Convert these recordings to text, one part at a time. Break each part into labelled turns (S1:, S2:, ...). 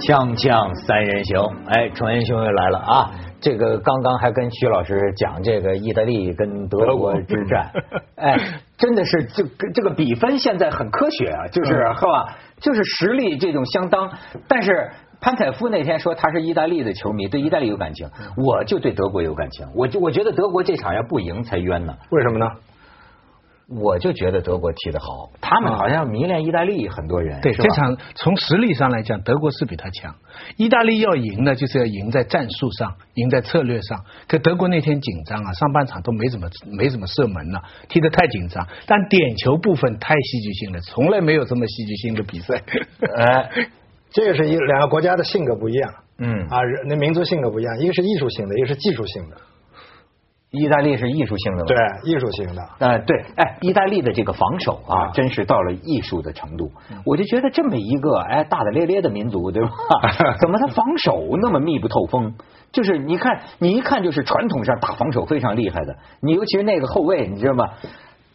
S1: 锵锵三人行，哎，程岩兄又来了啊！这个刚刚还跟徐老师讲这个意大利跟德国之 战，哎，真的是这个这个比分现在很科学啊，就是
S2: 嗯
S1: 是吧？就是实力这种相当，但是。潘凯夫那天说他是意大利的球迷，对意大利有感情，
S2: 嗯
S1: 我就对德国有感情。我就我觉得德国这场要不赢才冤呢。
S3: 为什么呢？
S1: 我就觉得德国踢得好，他们好像迷恋意大利很多人。
S2: 嗯对，
S1: 是
S2: 这
S1: 吧
S2: 场从实力上来讲，德国是比他强。意大利要赢呢，就是要赢在战术上，赢在策略上。可德国那天紧张啊，上半场都没怎么没怎么射门了、踢得太紧张。但点球部分太戏剧性了，从来没有这么戏剧性的比赛。
S1: 哎，
S3: 这个是一两个国家的性格不一样
S1: 嗯，
S3: 啊，人那民族性格不一样，一个是艺术性的，一个是技术性的。
S1: 意大利是艺术性的嘛？
S3: 对，艺术性的。
S1: 呃，对，哎，意大利的这个防守啊，真是到了艺术的程度。我就觉得这么一个哎大大咧咧的民族，对吧？怎么他防守那么密不透风？就是你看，你一看就是传统上打防守非常厉害的，你尤其是那个后卫，你知道吗？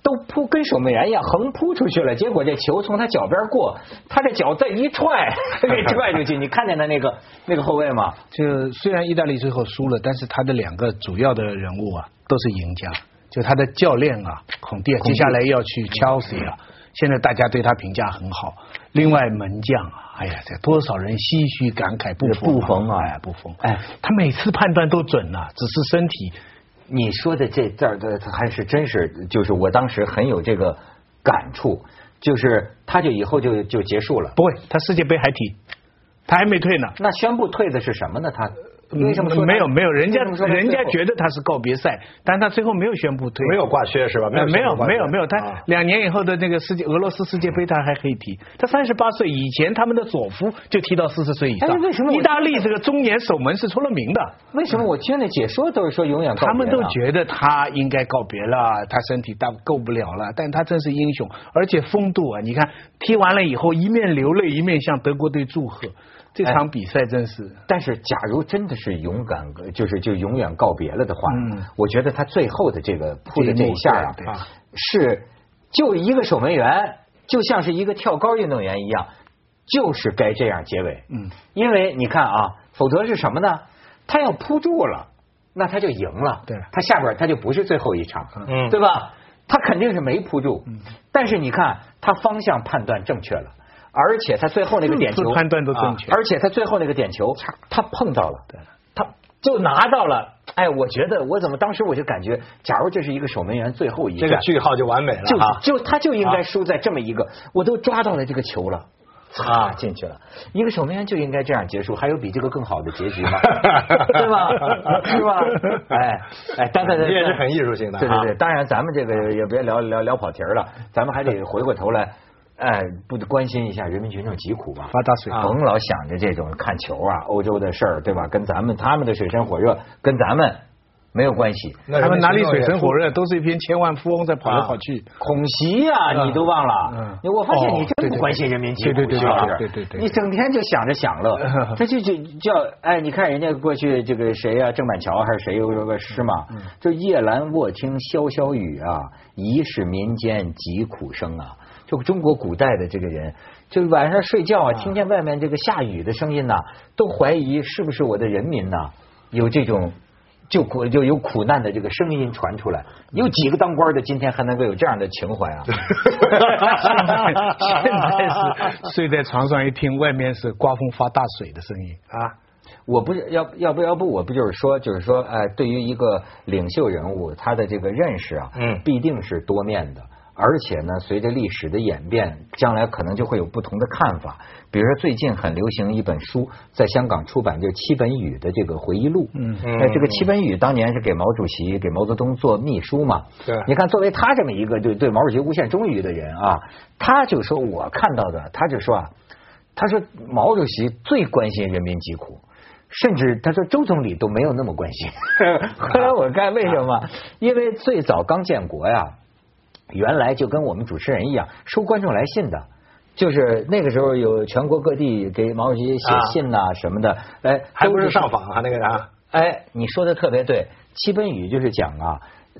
S1: 都扑跟守门员一样横扑出去了，结果这球从他脚边过，他这脚再一踹， 给踹出去。你看见他那个那个后卫吗？
S2: 就虽然意大利最后输了，但是他的两个主要的人物啊都是赢家，就他的教练啊孔蒂，啊，接下来要去 Chelsea 啊，现在大家对他评价很好。另外门将啊，哎呀，这多少人唏嘘感慨不
S1: 布
S2: 服
S1: 冯啊
S2: 哎不服，
S1: 哎，
S2: 他每次判断都准呐、只是身体
S1: 你说的这字儿的还是真是，就是我当时很有这个感触，就是他就以后就就结束了。
S2: 不会，他世界杯还踢，他还没退呢。
S1: 那宣布退的是什么呢？他为什么说他
S2: 嗯没有没有？人家
S1: 为什么说他
S2: 人家
S1: 最后
S2: 觉得他是告别赛，但他最后没有宣布退，
S3: 没有挂靴是吧？
S2: 呃没
S3: 宣
S2: 有
S3: 布挂靴
S2: 没有没有，
S3: 啊
S2: 他两年以后的那个世界俄罗斯世界杯他还可以踢，他三十八岁以前他们的佐夫就踢到四十岁以上
S1: 哎。为什么我
S2: 意大利这个中年守门是出了名的？
S1: 为什么我听那解说都是说永远告别啊
S2: 他们都
S1: 呢
S2: 觉得他应该告别了，他身体大够不了了，但他真是英雄，而且风度啊！你看踢完了以后，一面流泪一面向德国队祝贺，这场比赛真是。
S1: 但是，假如真的是勇敢，呃就是就永远告别了的话，
S2: 嗯
S1: 我觉得他最后的这个扑的这一下啊
S2: 对对，
S1: 是就一个守门员，就像是一个跳高运动员一样，就是该这样结尾。
S2: 嗯，
S1: 因为你看啊，否则是什么呢？他要扑住了，那他就赢了。
S2: 对
S1: 他下边他就不是最后一场，
S3: 嗯
S1: 对吧？他肯定是没扑住，
S2: 嗯
S1: 但是你看他方向判断正确了，而且他最后那个点
S2: 四
S1: 球
S2: 次判断都正确
S1: 啊而且他最后那个点球，他碰到了，他就拿到了。哎，我觉得我怎么当时我就感觉，假如这是一个守门员最后一
S3: 这个
S1: 战，
S3: 句号就完美了
S1: 就
S3: 啊！
S1: 就他就应该输在这么一个，我都抓到了这个球了。啊，进去了！一个守门员就应该这样结束，还有比这个更好的结局吗？对吧？是吧？哎哎，但是
S3: 你也是很艺术性的
S1: 对对对，
S3: 啊
S1: 当然咱们这个也别聊聊聊跑题儿了，咱们还得回过头来，哎，不得关心一下人民群众疾苦吧？
S2: 发大水
S1: 甭老想着这种看球啊，欧洲的事儿，对吧？跟咱们他们的水深火热跟咱们没有关系。
S3: 那
S2: 他
S3: 人
S2: 们
S3: 民
S2: 哪里
S3: 群众
S2: 水
S3: 也
S2: 深
S3: 出
S2: 火热，都是一片千万富翁在跑来跑去。
S1: 恐袭呀、你都忘了
S2: 嗯？
S1: 你我发现你
S2: 哦
S1: 真
S2: 对对
S1: 不
S2: 对
S1: 关心人民疾苦，
S2: 对对对
S1: 徐老师
S2: 对对对对
S1: 你整天就想着享 乐，他就就叫哎，你看人家过去这个谁啊，郑板桥还是谁有有个诗嘛，
S2: 嗯
S1: 就夜阑卧听潇潇雨啊，疑是民间疾苦声啊。就中国古代的这个人，就晚上睡觉啊，听见外面这个下雨的声音呐、都怀疑是不是我的人民呐、有这种就苦就有苦难的这个声音传出来，有几个当官的今天还能够有这样的情怀 啊？
S2: 现在是睡在床上一听，外面是刮风发大水的声音。
S3: 啊，
S1: 我不是要要不要不我不就是说就是说呃，对于一个领袖人物，他的这个认识啊，
S3: 嗯
S1: 必定是多面的。而且呢，随着历史的演变，将来可能就会有不同的看法。比如说，最近很流行一本书，在香港出版，就是戚本禹的这个回忆录。
S2: 嗯
S3: 嗯
S1: 哎，这个戚本禹当年是给毛主席、给毛泽东做秘书嘛。
S3: 对
S1: 你看，作为他这么一个对对毛主席无限忠于的人啊，他就说我看到的，他就说啊，他说毛主席最关心人民疾苦，甚至他说周总理都没有那么关心。 后来我看为什么？因为最早刚建国呀，原来就跟我们主持人一样收观众来信的。就是那个时候有全国各地给毛主席写信呐、什么的，哎，
S3: 啊还不
S1: 都
S3: 是上访啊那个啥？
S1: 哎，你说的特别对，戚本禹就是讲啊，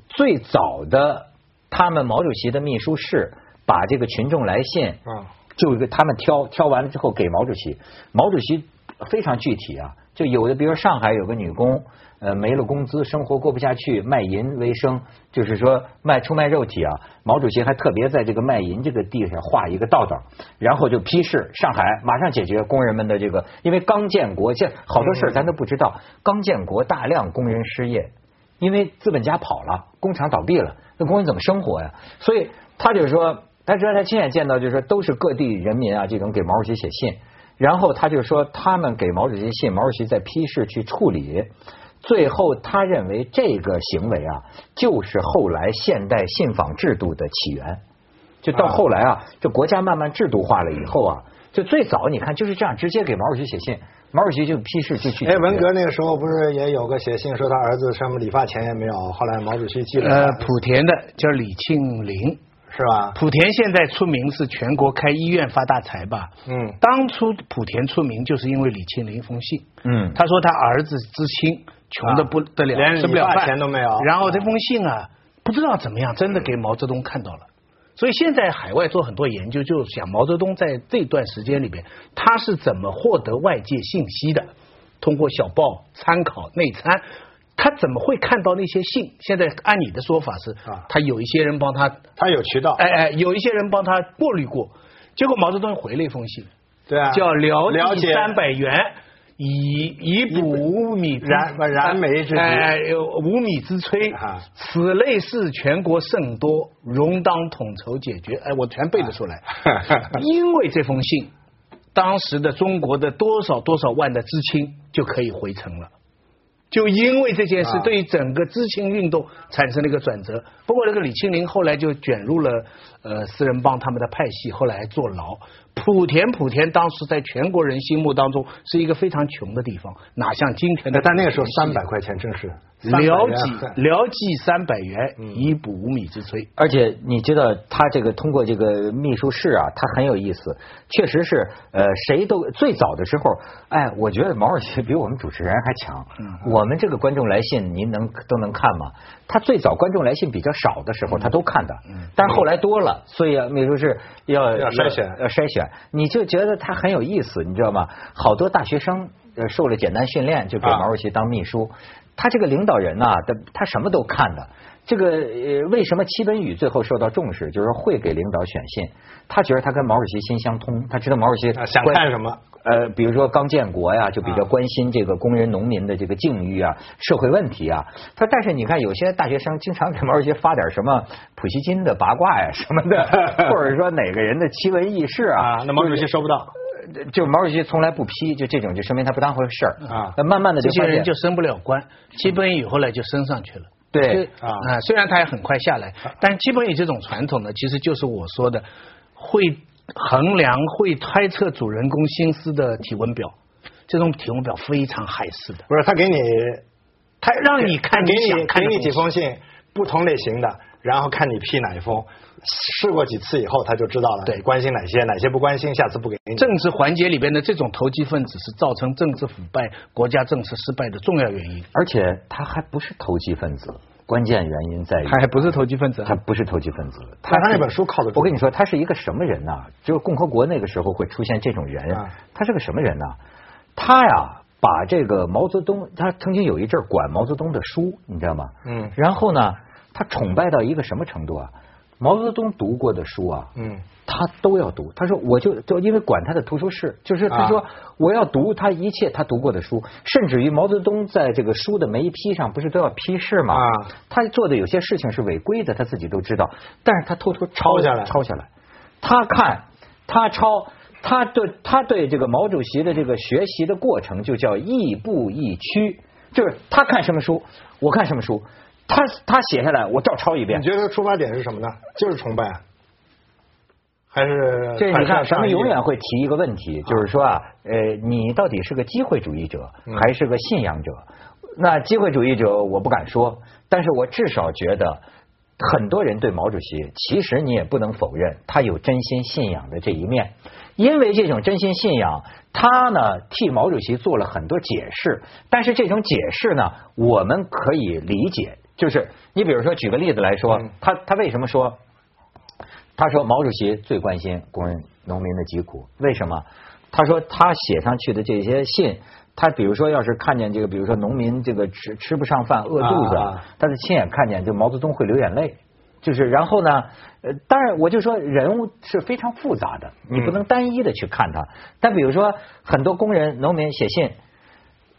S1: 最早的他们毛主席的秘书室把这个群众来信，
S3: 嗯，
S1: 就给他们挑挑完了之后给毛主席，毛主席非常具体啊，就有的，比如上海有个女工，呃，没了工资，生活过不下去，卖淫为生，就是说卖出卖肉体啊。毛主席还特别在这个卖淫这个地上画一个道道，然后就批示上海马上解决工人们的这个，因为刚建国，现在好多事儿咱都不知道，刚建国大量工人失业，因为资本家跑了，工厂倒闭了，那工人怎么生活呀？所以他就说，他说他亲眼见到，就是说都是各地人民啊，这种给毛主席写信，然后他就说他们给毛主席信，毛主席在批示去处理。最后，他认为这个行为啊，就是后来现代信访制度的起源。就到后来啊，这国家慢慢制度化了以后啊，就最早你看就是这样，直接给毛主席写信，毛主席就批示就去。啊
S3: 哎，文革那个时候不是也有个写信说他儿子什么理发钱也没有，后来毛主席记了下来，
S2: 呃，莆田的叫李庆林，
S3: 是吧？
S2: 莆田现在出名是全国开医院发大财吧？
S3: 嗯，
S2: 当初莆田出名就是因为李庆林一封信，
S1: 嗯，
S2: 他说他儿子知青，穷的不得了，
S3: 啊连
S2: 吃不
S3: 理
S2: 了
S3: 发
S2: 饭，
S3: 钱都没有
S2: 然后这封信啊，不知道怎么样，真的给毛泽东看到了。所以现在海外做很多研究，就想毛泽东在这段时间里边，他是怎么获得外界信息的？通过小报、参考、内参，他怎么会看到那些信？现在按你的说法是
S3: 啊，
S2: 他有一些人帮他，
S3: 他有渠道，
S2: 哎哎，有一些人帮他过滤过，结果毛泽东回了一封信，
S3: 对啊，
S2: 叫辽
S3: 了
S2: 地
S3: 解
S2: 三百元，以以补无米之
S3: 燃燃眉之急
S2: 哎，有无米之炊
S3: 啊
S2: 此类事全国甚多，容当统筹解决。哎，我全背得出来， 因为这封信，当时的中国的多少多少万的知青就可以回城了。就因为这件事
S3: 啊，
S2: 对于整个知青运动产生了一个转折。不过，这个李庆林后来就卷入了呃四人帮他们的派系，后来还坐牢。莆田，莆田当时在全国人心目当中是一个非常穷的地方，哪像今天的？
S3: 哎但那个时候三百块钱真是
S2: 辽
S3: 300元啊嗯
S2: 济，辽济三百元，以补无米之炊。
S1: 而且你知道，他这个通过这个秘书室啊，他很有意思，确实是呃，谁都最早的时候，哎，我觉得毛主席比我们主持人还强。
S3: 嗯
S1: 我们这个观众来信，您能都能看吗？他最早观众来信比较少的时
S3: 嗯
S1: 候，他都看的，但是后来多了，所以啊，秘书室要
S3: 要筛选
S1: 要呃筛选，你就觉得他很有意思，你知道吗？好多大学生呃受了简单训练，就给
S3: 啊
S1: 毛主席当秘书。他这个领导人呐、他他什么都看的。这个呃，为什么戚本禹最后受到重视？就是会给领导选信，他觉得他跟毛主席心相通，他知道毛主席
S3: 啊想
S1: 关
S3: 看什么。
S1: 呃，比如说刚建国呀，就比较
S3: 啊
S1: 关心这个工人、农民的这个境遇啊、社会问题啊。他但是你看，有些大学生经常给毛主席发点什么普希金的八卦呀 什么的，或者说哪个人的奇闻异事啊，
S3: 啊，那毛主席收不到，
S1: 呃就毛主席从来不批，就这种就说明他不当回事儿
S3: 啊
S1: 那慢慢的
S2: 这
S1: 就
S2: 些
S1: 发
S2: 人
S1: 现
S2: 就升不了官，戚本禹后来就升上去了。
S1: 对
S2: 所以
S3: 啊
S2: 啊，虽然他也很快下来，但戚本禹这种传统呢，其实就是我说的会衡量、会猜测主人公心思的体温表，这种体温表非常害事的，
S3: 不是他给你
S2: 他让你看
S3: 给
S2: 想
S3: 你
S2: 看
S3: 给你
S2: 的东西
S3: 几封信，不同类型的，然后看你批哪一封，试过几次以后他就知道了，
S2: 对
S3: 你关心哪些，哪些不关心，下次不给你。
S2: 政治环节里边的这种投机分子是造成政治腐败、国家政治失败的重要原因。
S1: 而且他还不是投机分子，关键原因在于
S2: 他还不是投机分子，啊
S1: 他不是投机分子，
S3: 他他
S1: 是
S3: 那本书靠得住，
S1: 我跟你说，他是一个什么人呐、只有共和国那个时候会出现这种人
S3: 啊。
S1: 他是个什么人呐、他呀，把这个毛泽东，他曾经有一阵儿管毛泽东的书，你知道吗？
S3: 嗯
S1: 然后呢，他崇拜到一个什么程度啊？毛泽东读过的书啊，
S3: 嗯，
S1: 他都要读。他说，我就就因为管他的图书室，就是他
S3: 啊
S1: 说我要读他一切他读过的书，甚至于毛泽东在这个书的每一批上不是都要批示吗？
S3: 啊
S1: 他做的有些事情是违规的，他自己都知道，但是他偷偷抄
S3: 抄下来
S1: 抄下来。他看，他抄，他对他对这个毛主席的这个学习的过程就叫亦步亦趋，就是他看什么书，我看什么书，他他写下来，我照抄一遍
S3: 你。觉得出发点是什么呢？就是崇拜，啊还是
S1: 这你呃看，咱们永
S3: 远
S1: 远会提一个问题，就是说啊，呃，你到底是个机会主义者
S3: 嗯
S1: 还是个信仰者？那机会主义者我不敢说，但是我至少觉得。很多人对毛主席，其实你也不能否认，他有真心信仰的这一面。因为这种真心信仰，他呢替毛主席做了很多解释，但是这种解释呢，我们可以理解。就是你比如说，举个例子来说
S3: 嗯，
S1: 他他为什么说他说毛主席最关心工人农民的疾苦，为什么？他说他写上去的这些信，他比如说要是看见这个，比如说农民这个吃吃不上饭饿肚子，
S3: 啊
S1: 但是亲眼看见，就毛泽东会流眼泪。就是，然后呢？呃，当然，我就说人物是非常复杂的，你不能单一的去看他。但比如说，很多工人、农民写信，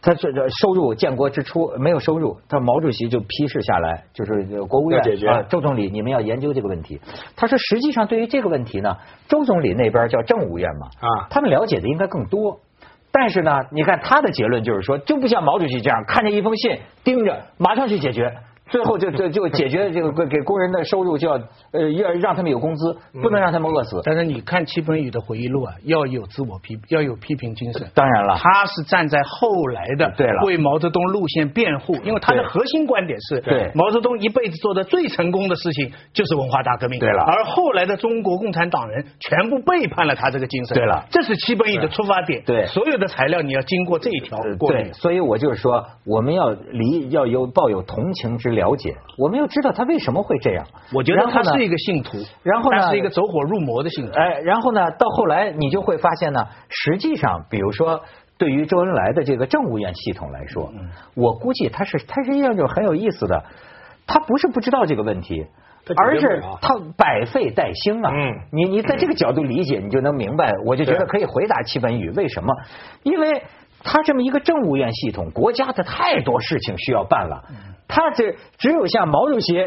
S1: 他这这收入，建国之初没有收入，他毛主席就批示下来，就是国务院
S3: 要解决
S1: 啊，周总理，你们要研究这个问题。他说，实际上对于这个问题呢，周总理那边叫政务院嘛，
S3: 啊
S1: 他们了解的应该更多。但是呢，你看他的结论就是说，就不像毛主席这样，看见一封信盯着，马上去解决，最后就就就解决这个给给工人的收入就要呃要让他们有工资，
S2: 嗯
S1: 不能让他们饿死。
S2: 但是你看戚本禹的回忆录啊，要有自我批，要有批评精神。
S1: 当然了，
S2: 他是站在后来的，
S1: 啊对了
S2: 为毛泽东路线辩护，因为他的
S1: 对
S2: 核心观点是，
S1: 对
S2: 毛泽东一辈子做的最成功的事情就是文化大革命，
S1: 对了
S2: 而后来的中国共产党人全部背叛了他这个精神，
S1: 对了
S2: 这是戚本禹的出发点，
S1: 对
S2: 所有的材料你要经过这一条
S1: 呃
S2: 过
S1: 对，
S2: 滤，
S1: 所以我就是说，我们要理要有抱有同情之了解，我们要知道他为什么会这样。
S2: 我觉得
S1: 然后
S2: 他
S1: 呢
S2: 是一个信徒，
S1: 然后呢
S2: 他是一个走火入魔的信徒，
S1: 哎，然后呢，到后来你就会发现呢，实际上，比如说对于周恩来的这个政务院系统来说，
S3: 嗯
S1: 我估计他是他实际上就很有意思的，他不是不知道这个问题。
S3: 他解决
S1: 而是
S3: 不了
S1: 他百废待兴啊！
S3: 嗯
S1: 你你在这个角度理解，你就能明白。我就觉得
S3: 对
S1: 可以回答戚本禹为什么，因为他这么一个政务院系统，国家的太多事情需要办了，
S3: 嗯
S1: 他这只有像毛主席。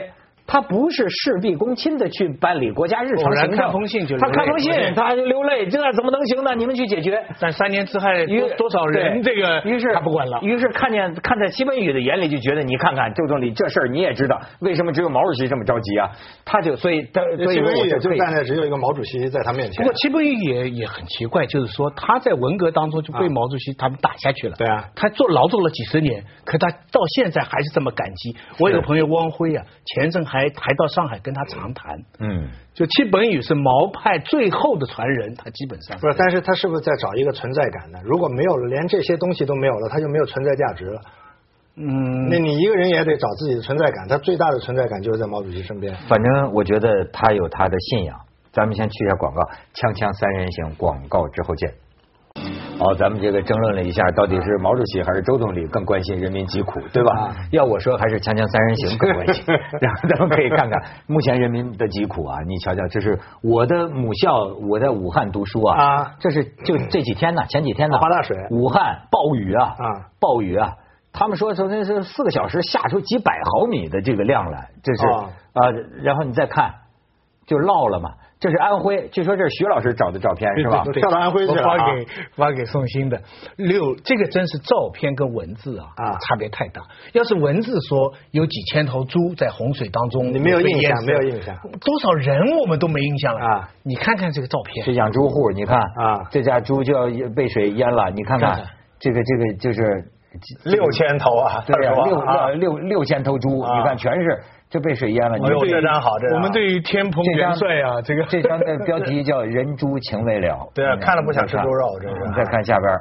S1: 他不是事必躬亲的去办理国家日
S2: 偶
S1: 常
S2: 然
S1: 行政，
S2: 看封信就流
S1: 他看
S2: 泪
S1: 封信
S2: 流泪，
S1: 他就流泪，这怎么能行呢？你们去解决。
S2: 但三年之害
S1: 于
S2: 多多少人
S1: 对
S2: 这个
S1: 于是
S2: 他不管了。
S1: 于是看见看在西门宇的眼里就觉得，你看看周总理这事儿你也知道，为什么只有毛主席这么着急啊？他就所以他所以
S3: 因
S1: 说
S3: 为
S1: 我
S3: 也
S1: 就
S3: 就
S1: 对
S3: 站在只有一个毛主席在他面
S2: 不
S3: 前
S2: 过。戚本禹也也很奇怪，就是说他在文革当中就被
S3: 啊
S2: 毛主席他们打下去了。
S3: 对啊
S2: 他坐牢坐了几十年，可他到现在还是这么感激。我有个朋友汪辉啊，前阵还还到上海跟他长谈。
S1: 嗯，
S2: 就戚本禹是毛派最后的传人，他基本上
S3: 不是，但是他是不是在找一个存在感呢？如果没有了，连这些东西都没有了，他就没有存在价值了。
S2: 嗯，
S3: 那你一个人也得找自己的存在感，他最大的存在感就是在毛主席身边。
S1: 反正我觉得他有他的信仰。咱们先去一下广告，锵锵三人行广告之后见。好，咱们这个争论了一下，到底是毛主席还是周总理更关心人民疾苦，对吧
S3: 啊？
S1: 要我说，还是锵锵三人行更 关心。然后咱们可以看看目前人民的疾苦啊，你瞧瞧，这是我的母校，我在武汉读书啊，
S3: 啊
S1: 这是就这几天呢，前几天呢，
S3: 花大水
S1: 武汉暴雨啊，
S3: 啊，
S1: 暴雨啊，他们说昨天是四个小时下出几百毫米的这个量来，这是啊
S3: 哦、
S1: 然后你再看，就涝了嘛。这是安徽，据说这是徐老师找的照片是吧？
S3: 对对跳到安徽去了
S2: 我
S3: 啊
S2: 发给发给宋鑫的六，这个真是照片跟文字啊
S3: 啊
S2: 差别太大。要是文字说有几千头猪在洪水当中，
S3: 你没有印象，没有
S2: 象。
S3: 印象。
S2: 多少人我们都没印象了
S3: 啊！
S2: 你看看这个照片，
S1: 是养猪户，你看
S3: 啊
S1: 这家猪就要被水淹了，你看看
S2: 看看
S1: 这个这个就是
S3: 六千头啊，
S1: 对呀、
S3: 他说
S1: 六
S3: 啊
S1: 六六六千头猪，
S3: 啊
S1: 你看全是这被水淹了。你
S3: 哎呦
S1: 这
S3: 这张好，这张
S2: 我们对于天蓬
S1: 这张
S2: 元帅啊，这个
S1: 这张的标题叫“人猪情未了”，
S3: 对啊
S1: 嗯
S3: 看了不想吃猪肉
S1: 你
S3: 真
S1: 再
S3: 是啊
S1: 看你再看下边儿，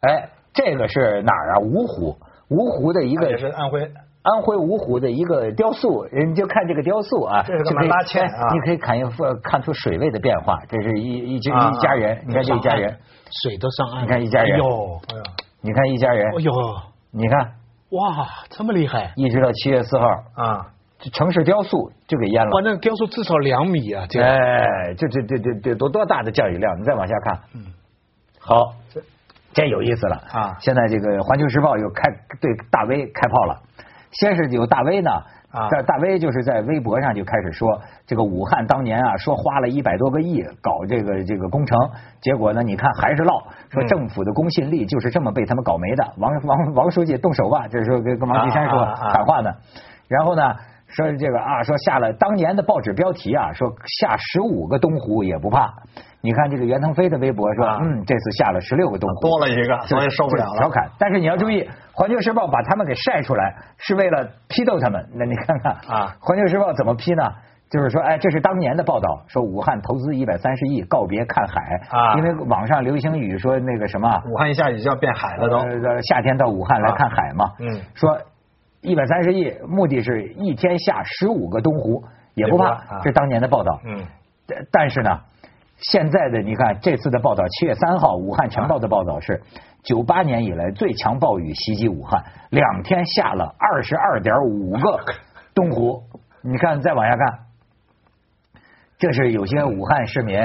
S1: 哎，这个是哪儿啊？芜湖，芜湖的一
S3: 一
S1: 个
S3: 啊也是安徽，
S1: 安徽芜湖的一个雕塑，你就看这个雕塑啊，
S3: 这是个
S1: 就可以
S3: 马拉纤
S1: 哎
S3: 啊
S1: 你可以看一看出水位的变化。这是一一这
S3: 啊
S1: 一家人，你看这一家人，
S2: 水都上岸了，
S1: 你看一家人
S2: 哎呦，
S3: 哎呀，
S1: 你看一家人
S3: 哦
S2: 哎，呦，
S1: 你看
S2: 哇，这么厉害！
S1: 一直到七月四号，
S3: 啊，
S1: 这城市雕塑就给淹了
S2: 哇，。那雕塑至少两米啊！这个
S3: 嗯
S1: 哎，这这这这这多多大的降雨量？你再往下看，嗯，好，这有意思了
S3: 啊
S1: 现在这个《环球时报》又开对大 V 开炮了，先是有大 V 呢。
S3: 啊
S1: 这大 V 就是在微博上就开始说，这个武汉当年啊，说花了一百多个亿搞这个这个工程，结果呢，你看还是落，说
S3: 嗯
S1: 政府的公信力就是这么被他们搞没的。王王王书记动手啊吧，这是说跟跟王岐山说
S3: 啊啊啊啊
S1: 喊话呢。然后呢，说这个啊，说下了当年的报纸标题啊，说下十五个东湖也不怕。你看这个袁腾飞的微博说，
S3: 啊
S1: 嗯，这次下了十六个东湖，啊
S3: 多了一个，所以受不了
S1: 调
S3: 了。
S1: 侃。但是你要注意，《环球时报》把他们给晒出来，是为了批斗他们。那你看看
S3: 啊
S1: 《环球时报》怎么批呢？就是说，哎，这是当年的报道，说武汉投资一百三十亿告别看海
S3: 啊
S1: 因为网上流行语说那个什么，
S3: 武汉一下雨就要变海了都，
S1: 呃，夏天到武汉来看海嘛，
S3: 嗯
S1: 说一百三十亿，目的是一天下十五个东湖也不
S3: 也不
S1: 怕
S3: 怕啊，
S1: 这当年的报道，
S3: 嗯，
S1: 呃但但是呢，现在的你看这次的报道，七月三号，武汉晨报的报道是，九八年以来最强暴雨袭击武汉，两天下了二十二点五个东湖。你看，再往下看，这是有些武汉市民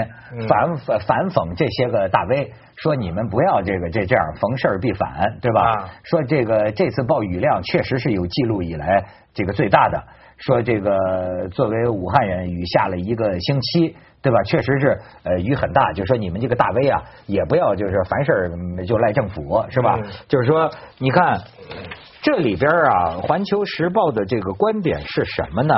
S1: 反反反讽这些个大 V，说你们不要这个这这样逢事儿必反，对吧
S3: 啊？
S1: 说这个这次暴雨量确实是有记录以来这个最大的。说这个作为武汉人，雨下了一个星期，对吧？确实是呃雨很大，就说你们这个大 V 啊，也不要就是凡事儿嗯就赖政府，是吧？
S3: 嗯
S1: 就是说，你看这里边儿啊，《环球时报》的这个观点是什么呢？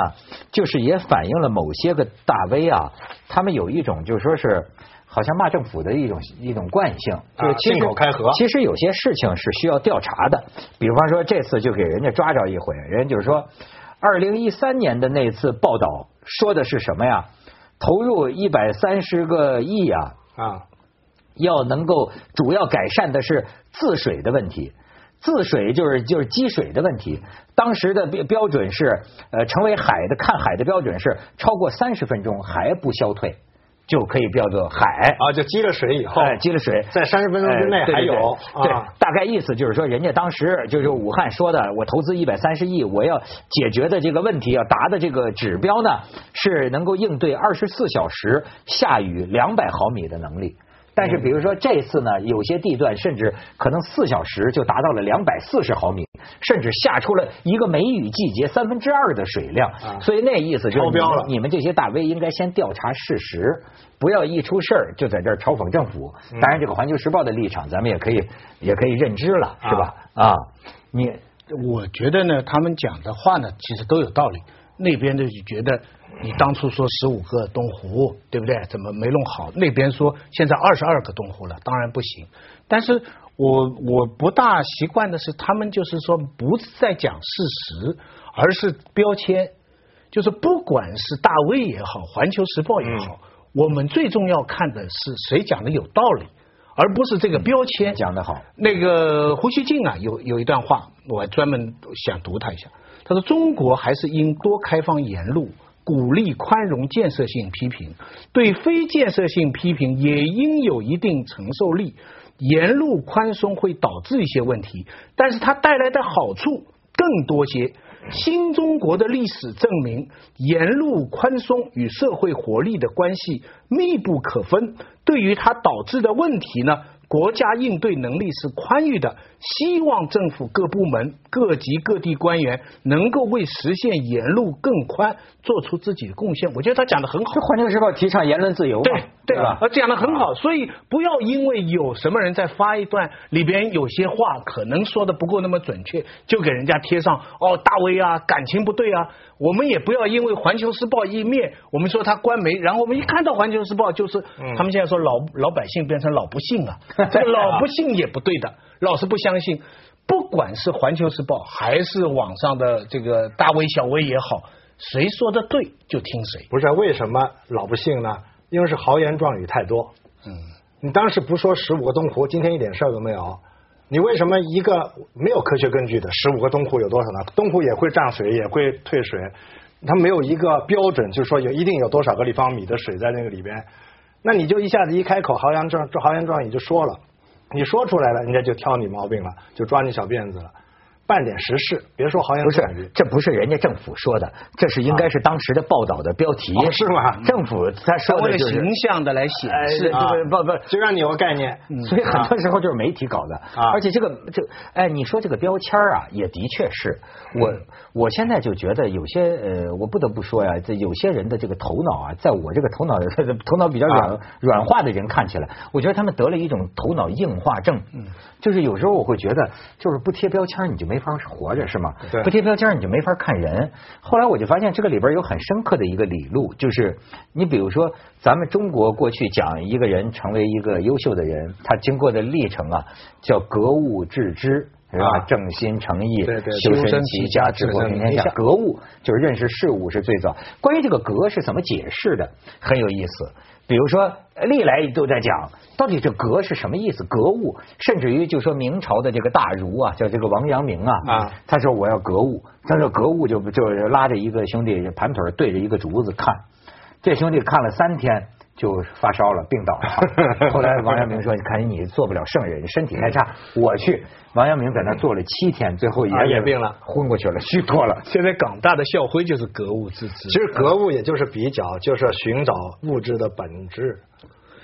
S1: 就是也反映了某些个大 V 啊，他们有一种就是说是好像骂政府的一种一种惯性，就是
S3: 啊
S1: 其实
S3: 信口开河
S1: 其实有些事情是需要调查的，比方说这次就给人家抓着一回，人家就是说，二零一三年的那次报道说的是什么呀？投入一百三十个亿啊，
S3: 啊，
S1: 要能够主要改善的是治水的问题。治水就是就是积水的问题，当时的标标准是，呃，成为海的看海的标准是超过三十分钟还不消退，就可以叫做海。
S3: 啊，就积了水以后，
S1: 哎，积了水，
S3: 在三十分钟之内
S1: 哎对
S3: 还有
S1: 对对对
S3: 啊，
S1: 大概意思就是说，人家当时就是武汉说的，我投资一百三十亿，我要解决的这个问题要达的这个指标呢，是能够应对二十四小时下雨两百毫米的能力。但是，比如说这次呢，有些地段甚至可能四小时就达到了两百四十毫米，甚至下出了一个梅雨季节三分之二的水量。
S3: 啊
S1: 所以那意思就是
S3: 超
S1: 你
S3: 标
S1: 们
S3: 了
S1: 你们这些大 V 应该先调查事实，不要一出事儿就在这儿嘲讽政府。
S2: 嗯
S1: 当然，这个《环球时报》的立场，咱们也可以也可以认知了，是吧？啊，你
S2: 我觉得呢，他们讲的话呢，其实都有道理。那边的就觉得你当初说十五个东湖，对不对？怎么没弄好？那边说现在二十二个东湖了，当然不行。但是我我不大习惯的是，他们就是说不再讲事实，而是标签。就是不管是大 V 也好，环球时报也好，我们最重要看的是谁讲的有道理，而不是这个标签。
S1: 讲得好。
S2: 那个胡锡进啊，有有一段话，我专门想读他一下。他说：“中国还是应多开放言路，鼓励宽容建设性批评，对非建设性批评也应有一定承受力。言路宽松会导致一些问题，但是它带来的好处更多些。新中国的历史证明，言路宽松与社会活力的关系密不可分。对于它导致的问题呢，国家应对能力是宽裕的。希望政府各部门、各级各地官员能够为实现言路更宽做出自己的贡献。我觉得他讲的很好
S1: 这。《环球时报》提倡言论自由嘛，
S2: 对对
S1: 吧？啊
S2: 呃，讲的很好，所以不要因为有什么人在发一段里边有些话可能说的不够那么准确，就给人家贴上哦大 V 啊感情不对啊。我们也不要因为《环球时报》一面，我们说他官媒，然后我们一看到《环球时报》就是、
S1: 嗯
S2: 他们现在说老老百姓变成老不 幸啊，这个老不幸也不对的，老是不相信。不管是《环球时报》还是网上的这个大 V 小 V 也好，谁说的对就听谁。
S3: 不是啊为什么老不幸呢？因为是豪言壮语太多。嗯，你当时不说十五个东湖，今天一点事儿都没有。你为什么一个没有科学根据的十五个东湖有多少呢？东湖也会涨水，也会退水，它没有一个标准，就是说有一定有多少个立方米的水在那个里边。那你就一下子一开口豪言壮豪言壮语就说了，你说出来了，人家就挑你毛病了，就抓你小辫子了。办点实事，别说豪言
S1: 不
S3: 壮语
S1: 是，。这不是人家政府说的，这是应该是当时的报道的标题，
S3: 哦是吗
S1: 政府他
S2: 他
S1: 说
S2: 为
S1: 的
S2: 了
S1: 就是
S2: 形象的来显
S1: 哎
S2: 示，
S1: 这
S3: 啊
S1: 个不不嗯
S3: 就让你有个概念。
S1: 所以很多时候就是媒体搞的，
S3: 嗯啊
S1: 而且这个这哎，你说这个标签儿啊，也的确是我
S3: 嗯
S1: 我现在就觉得有些呃，我不得不说呀，这有些人的这个头脑啊，在我这个头脑头脑比较软、
S3: 啊
S1: 软化的人看起来，我觉得他们得了一种头脑硬化症，
S3: 嗯
S1: 就是有时候我会觉得，就是不贴标签儿你就没法活着是吗？
S3: 对
S1: 不贴标签儿你就没法看人。后来我就发现这个里边有很深刻的一个理路，就是你比如说咱们中国过去讲一个人成为一个优秀的人，他经过的历程啊，叫格物致知。是吧？
S3: 啊
S1: 正心诚意，
S3: 对对
S1: 修
S3: 修
S1: 身
S3: 身
S1: 齐
S3: 齐
S1: 家，
S3: 家
S1: 治
S3: 治
S1: 国
S3: 国
S1: 平
S3: 平
S1: 天
S3: 天
S1: 下
S3: 下。
S1: 格物就是认识事物是最早。关于这个格是怎么解释的，很有意思。比如说，历来都在讲到底这格是什么意思，格物，甚至于就说明朝的这个大儒啊，叫这个王阳明啊，
S3: 啊
S1: 他说我要格物，他说格物就就拉着一个兄弟盘腿对着一个竹子看，这兄弟看了三天，就发烧了，病倒了。 后来王阳明说：“你看你做不了圣人，身体太差，我去。”王阳明在那坐了七天，最后也
S3: 啊也病了
S1: 昏过去了，虚脱了。
S2: 现在港大的校徽就是格物致知，
S3: 其实格物也就是比较，就是寻找物质的本质。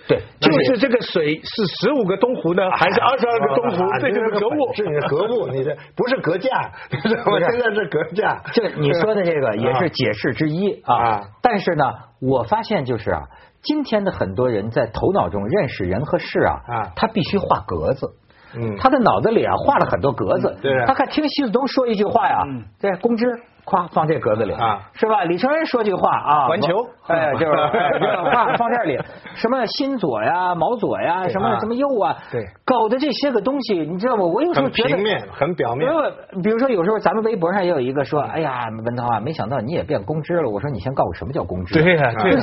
S1: 对，
S2: 就是这个水是十五个东湖呢，还
S3: 啊
S2: 是二十二个东湖？啊哎这就是格物。
S3: 是你的格物，你这不是格 价，我现在是格价。
S1: 这你说的这个也是解释之一啊
S3: 啊。
S1: 但是呢，我发现就是啊，今天的很多人在头脑中认识人和事啊，
S3: 啊
S1: 他必须画格子。
S3: 嗯
S1: 他的脑子里啊画了很多格子，
S3: 对啊嗯
S1: 他看听习子东说一句话呀，对，公知夸放这格子里
S3: 啊，
S1: 是吧？李承恩说句话啊，
S3: 环球
S1: 哎，就是哎就是画放这里，什么新左呀、毛左呀，什么
S3: 啊
S1: 什么右啊，
S3: 对
S1: 搞的这些个东西，你知道吗？我有时候
S3: 很
S1: 觉得
S3: 平面，很表
S1: 因
S3: 面。
S2: 嗯
S1: 为比如说，有时候咱们微博上也有一个说：“哎呀，文涛啊，没想到你也变公知了。”我说：“你先告诉我什么叫公知？”
S2: 对呀对呀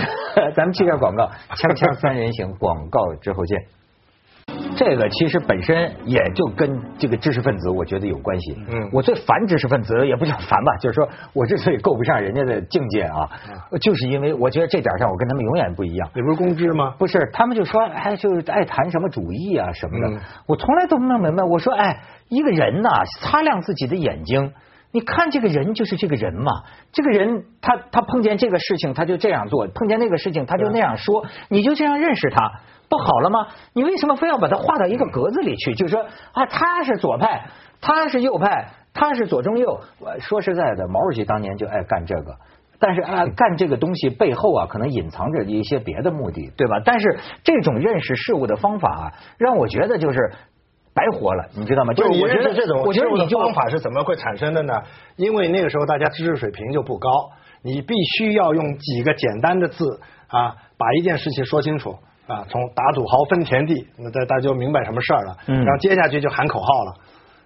S1: 咱们去一下广告，《锵锵三人行》广告之后见。这个其实本身也就跟这个知识分子，我觉得有关系。
S3: 嗯
S1: 我最烦知识分子，也不叫烦吧， 就是说我之所以够不上人家的境界啊，
S2: 嗯
S1: 就是因为我觉得这点上我跟他们永远不一样。
S3: 你不是公知吗？
S1: 不是，他们就说，哎，就是爱谈什么主义啊什么的。
S3: 嗯
S1: 我从来都没弄明白，我说，哎，一个人呐、擦亮自己的眼睛，你看这个人就是这个人嘛。这个人他他碰见这个事情他就这样做，碰见那个事情他就那样说，你就这样认识他，不好了吗？你为什么非要把他划到一个格子里去？就说啊，他是左派，他是右派，他是左中右。我说实在的，毛主席当年就爱干这个。但是啊，干这个东西背后啊，可能隐藏着一些别的目的，对吧？但是这种认识事物的方法啊，让我觉得就是白活了，你知道吗？就
S3: 就是你
S1: 我觉
S3: 认
S1: 得
S3: 识这种
S1: 我觉得
S3: 事物
S1: 你
S3: 的
S1: 就
S3: 方法是怎么会产生的呢？因为那个时候大家知识水平就不高，你必须要用几个简单的字啊，把一件事情说清楚啊，从打土豪分田地，那大大家就明白什么事儿了。
S1: 嗯
S3: 然后接下去就喊口号了。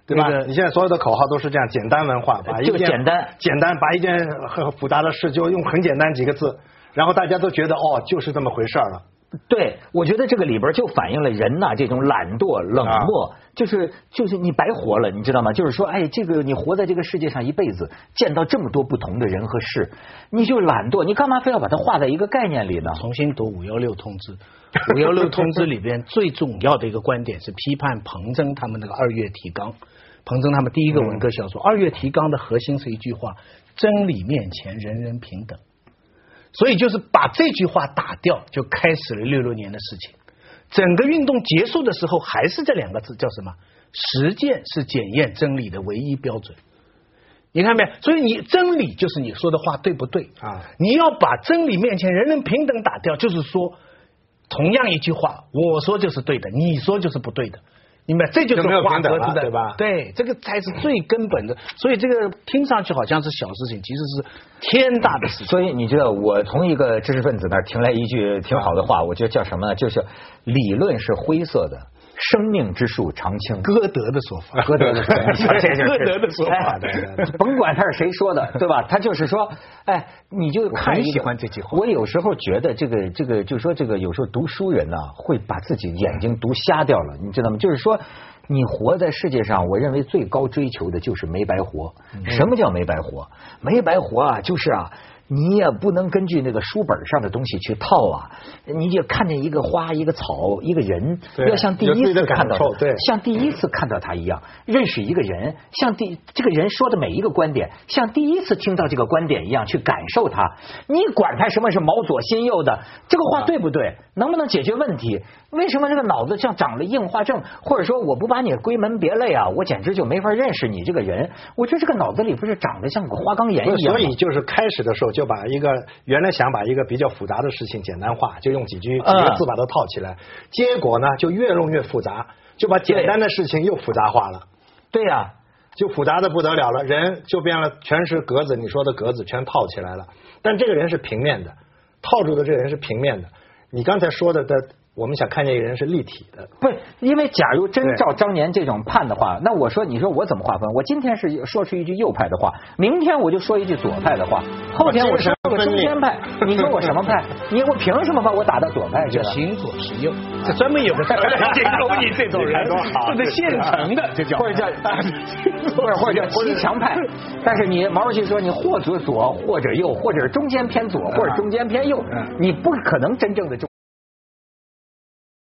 S3: 对吧
S2: 那个？
S3: 你现在所有的口号都是这样简单文化，把一
S1: 就
S3: 件
S1: 简单
S3: 简单把一件很复杂的事就用很简单几个字，然后大家都觉得哦就是这么回事儿了。
S1: 对，我觉得这个里边就反映了人呐、这种懒惰、冷漠，
S3: 啊
S1: 就是就是你白活了，你知道吗？就是说，哎，这个你活在这个世界上一辈子，见到这么多不同的人和事，你就懒惰，你干嘛非要把它画在一个概念里呢？
S2: 重新读五幺六通知， 五幺六通知里边最重要的一个观点是批判彭真他们那个二月提纲。彭真他们第一个文革小说《二月提纲》的核心是一句话：真理面前人人平等。所以就是把这句话打掉，就开始了六六年的事情。整个运动结束的时候，还是这两个字，叫什么？实践是检验真理的唯一标准。你看没有？所以你真理就是你说的话对不对
S3: 啊？
S2: 你要把真理面前人人平等打掉，就是说，同样一句话，我说就是对的，你说就是不对的。明白，这就是
S3: 就没有
S2: 画
S3: 平等
S2: 格
S3: 了
S2: 子的，
S3: 对吧
S2: 对，这个才是最根本的。所以这个听上去好像是小事情，其实是天大的事情。
S1: 所以你知道，我从一个知识分子那儿听来一句挺好的话，我觉得叫什么呢？就是理论是灰色的，生命之树常青。
S2: 歌德的说法，
S1: 歌德的说 法，这就是
S2: 歌德的说法
S1: 哎甭管他是谁说的，对吧？他就是说，哎，你就看一个
S2: 很喜欢这句话
S1: 我有时候觉得这个这个，就是说这个有时候读书人呐、会把自己眼睛读瞎掉了，你知道吗？就是说。你活在世界上，我认为最高追求的就是没白活。
S3: 嗯
S1: 什么叫没白活？没白活啊，就是啊，你也不能根据那个书本上的东西去套啊。你也看见一个花、一个草、一个人，
S3: 对
S1: 要像第
S3: 有自
S1: 一
S3: 己的
S1: 次
S3: 感
S1: 看到
S3: 受
S1: 的
S3: 对
S1: 像第一次看到他一样，认识一个人，像第这个人说的每一个观点，像第一次听到这个观点一样去感受它。你管他什么是毛左心右的，这个
S3: 啊
S1: 话对不对？能不能解决问题？为什么这个脑子像长了硬化症，或者说我不把你归门别类啊，我简直就没法认识你这个人？我觉得这个脑子里不是长得像个花
S2: 啊
S1: 岗岩
S3: 不
S1: 一
S3: 是
S1: 样吗？
S3: 所以就是开始的时候就把一个原来想把一个比较复杂的事情简单化，就用几句几
S2: 嗯
S3: 个字把它套起来，结果呢就越弄越复杂，就把简单的事情又复杂化了。
S1: 对啊呀、
S3: 就复杂的不得了了，人就变了，全是格子，你说的格子全套起来了。但这个人是平面的，套住的这个人是平面的。你刚才说的的，我们想看见一个人是立体的，
S1: 不是，因为假如真
S3: 对
S1: 照张年这种判的话，那我说，你说我怎么划分？我今天是说出一句右派的话，明天我就说一句左派的话，后天我说个中间派，你说我什么派？你我凭什么把我打到左派
S3: 嗯
S1: 去
S2: 叫
S1: 了？
S2: 行左行右，这 专门有个词儿来解构你 这种人
S3: 你看多，好
S2: 或者现成的，这叫
S1: 或者叫或者或者叫西墙派，但是你毛主席说你或者左，或者右，或者是中间偏左，或者中间偏右，你不可能真正的中。